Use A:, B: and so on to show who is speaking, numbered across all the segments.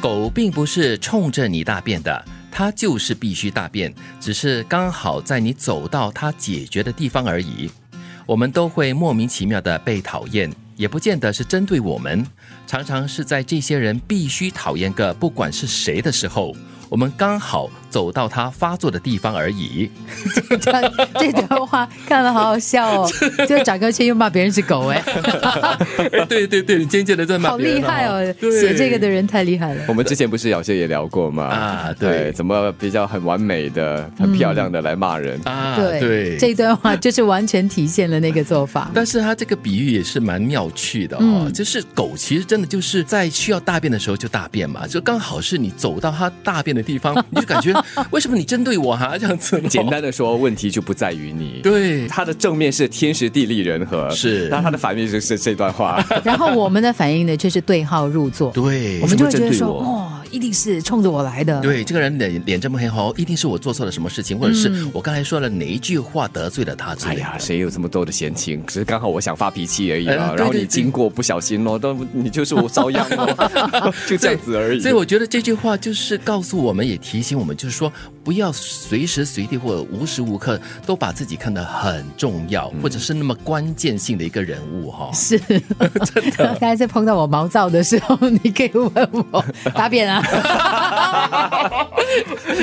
A: 狗并不是冲着你大便的，它就是必须大便，只是刚好在你走到它解决的地方而已。我们都会莫名其妙的被讨厌，也不见得是针对我们，常常是在这些人必须讨厌个不管是谁的时候，我们刚好走到它发作的地方而已。
B: 这段话看了好好笑哦，就转个圈又骂别人是狗哎，
A: 哎对对对，你渐渐的在骂
B: 好
A: 别人
B: 厉
A: 了
B: 害哦！
A: 对
B: 写这个的人太厉害了
C: 我。们之前不是姚谢也聊过吗？
A: 啊对
C: 怎么比较很完美的、很漂亮的来骂人？
A: 啊，
B: 对，这段话就是完全体现了那个 做法。
A: 但是他这个比喻也是蛮妙趣的哦，
B: 嗯
A: 就是狗其实真的就是在需要大便的时候就大便嘛，就刚好是你走到它大便的地方，你就感觉为什么你针对我哈、啊 这样子咯，
C: 简单的说，问题就不在于你。
A: 对，
C: 它的正面是天时地利人和，
A: 是哎
C: 那它的反面就是这段 话。
B: 然后我们的反应呢，就是对号入座，
A: 对
B: 我。们就会觉得
C: 为什
B: 说，
C: 么针对我
B: 哦，一定是冲着我来的。
A: 对，这个人脸脸这么黑红，一定是我做错了什么事情，或者是我刚才说了哪一句话得罪了他之
C: 哎
A: 类的。
C: 呀，谁有这么多的闲情？只是刚好我想发脾气而已
A: 哎呀
C: 啊。
A: 对
C: 然后
A: 对
C: 你
A: 对
C: 经过不小心咯，但你就是我遭 殃咯，就这样子而已。
A: 所以我觉得这句话就是告诉我们，也提醒我们，就是说不要随时随地或者无时无刻都把自己看得很重要，或者是那么关键性的一个人物哈、
B: 是，真 的。大家在碰到我毛躁的时候，你可以问我打扁啊。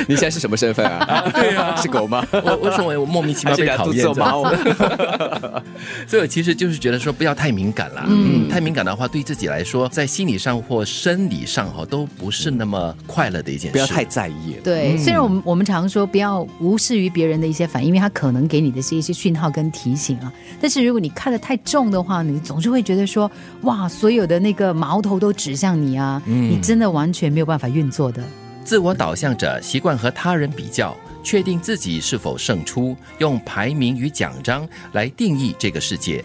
C: 你现在是什么身份啊？对啊， 是狗吗？
A: 我为什么我莫名其
C: 还
A: 妙
C: 是
A: 被
C: 你的
A: 讨
C: 肚
A: 厌
C: 子有
A: 这样？
C: 毛？
A: 所以我其实就是觉得说不要太敏感啦，嗯，太敏感的话对自己来说，在心理上或生理上哈都不是那么快乐的一件事。
C: 不要太在意了。
A: 嗯
B: 对，虽然我们我们常说不要无视于别人的一些反应，因为他可能给你的是一些讯号跟提醒啊。但是如果你看得太重的话，你总是会觉得说，哇，所有的那个矛头都指向你啊，
A: 嗯
B: 你真的完全没有办法运作的。
A: 自我导向者习惯和他人比较，确定自己是否胜出，用排名与奖章来定义这个世界。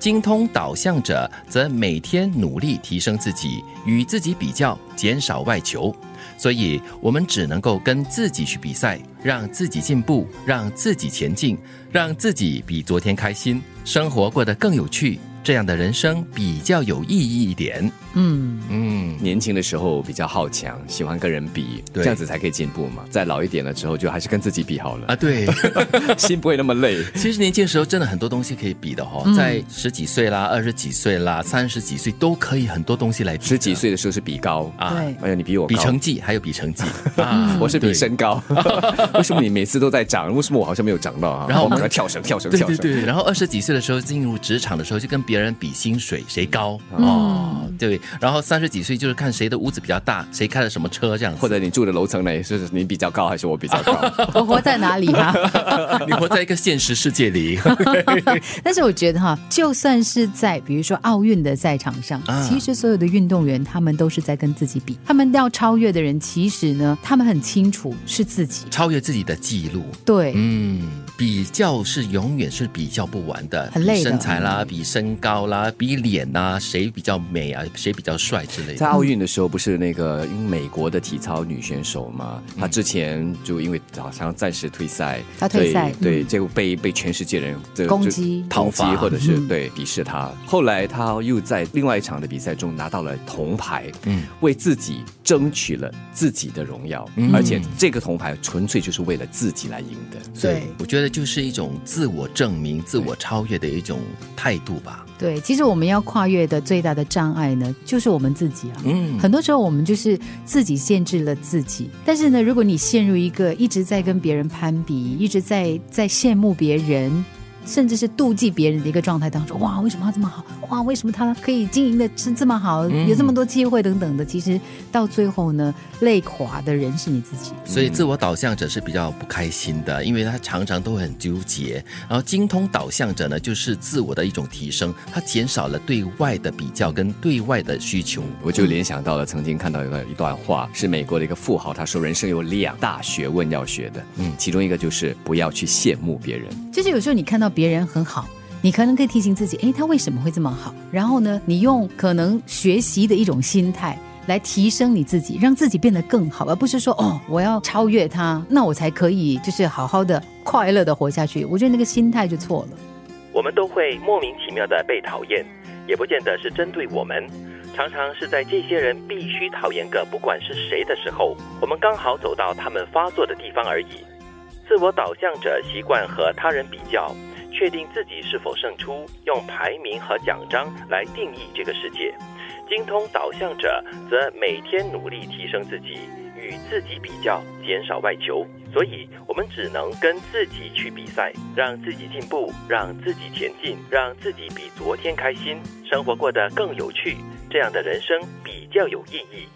A: 精通导向者则每天努力提升自己，与自己比较，减少外求。所以，我们只能够跟自己去比赛，让自己进步，让自己前进，让自己比昨天开心，生活过得更有趣。这样的人生比较有意义一点。
B: 嗯，
A: 嗯，
C: 年轻的时候比较好强，喜欢跟人比，
A: 对
C: 这样子才可以进步嘛。再老一点了之后，就还是跟自己比好了，
A: 啊，对。
C: 心不会那么累。
A: 其实年轻的时候真的很多东西可以比的哈、
B: 嗯
A: 在十几岁啦、二十几岁啦、三十几岁都可以很多东西来比的。
C: 十几岁的时候是比高，
A: 啊，
B: 对，
C: 哎呀，你比我高
A: 比成绩还有比成绩 啊，
C: 我是比
A: 对。
C: 身高，为什么你每次都在涨？为什么我好像没有涨到啊？
A: 然后我们
C: 赶快跳绳，跳绳，
A: 对
C: 跳
A: 对
C: 绳。
A: 对，然后二十几岁的时候进入职场的时候，就跟别人比薪水谁高
B: 嗯
A: 哦，对，然后三十几岁就是看谁的屋子比较大，谁开了什么车这样子，
C: 或者你住的楼层呢？是你比较高还是我比较高？
B: 我活在哪里啊哈、
A: 你活在一个现实世界里，
B: 但是我觉得哈，就算是在比如说奥运的赛场上，
A: 啊
B: 其实所有的运动员他们都是在跟自己比，他们要超越的人，其实呢，他们很清楚是自己。
A: 超越自己的记录。
B: 对，
A: 嗯，比较是永远是比较不完的，
B: 很累的
A: 比身材啦，比身高啦，比脸啦，谁比较美啊，谁比较帅之类
C: 在
A: 的。
C: 奥运的时候，不是那个因为美国的体操女选手嘛，她之前就因为好像暂时退赛，
B: 她退赛
C: 对对，
B: 嗯
C: 结果被被全世界人就
B: 攻击
C: 就
A: 讨
C: 攻
A: 伐
C: 击或者是
B: 嗯
C: 对鄙视她。后来她又在另外一场的比赛中拿到了铜牌，
A: 嗯
C: 嗯，为自己争取了自己的荣耀，而且这个铜牌纯粹就是为了自己来赢的。
B: 对。
A: 我觉得就是一种自我证明、自我超越的一种态度吧。
B: 对，其实我们要跨越的最大的障碍呢，就是我们自己啊。
A: 嗯，
B: 很多时候我们就是自己限制了自己，但是呢，如果你陷入一个一直在跟别人攀比，一直在在羡慕别人，甚至是妒忌别人的一个状态当中，哇，为什么他这么好？哇，为什么他可以经营的是这么好，有这么多机会等等的？其实到最后呢，累垮的人是你自己。
A: 所以自我导向者是比较不开心的，因为他常常都很纠结。然后精通导向者呢，就是自我的一种提升，他减少了对外的比较跟对外的需求。
C: 我就联想到了曾经看到一个一段话，是美国的一个富豪，他说人生有两大学问要学的，嗯，其中一个就是不要去羡慕别人，
B: 就是有时候你看到别人很好，你可能可以提醒自己，诶，哎他为什么会这么好？然后呢，你用可能学习的一种心态。来提升你自己，让自己变得更好，而不是说哦，我要超越他，那我才可以就是好好的、快乐的活下去。我觉得那个心态就错了。
A: 我们都会莫名其妙的被讨厌，也不见得是针对我们，
D: 常常是在这些人必须讨厌个不管是谁的时候，我们刚好走到他们发作的地方而已。自我导向者习惯和他人比较，确定自己是否胜出，用排名和奖章来定义这个世界。精通导向者则每天努力提升自己，与自己比较，减少外求。所以，我们只能跟自己去比赛，让自己进步，让自己前进，让自己比昨天开心，生活过得更有趣。这样的人生比较有意义。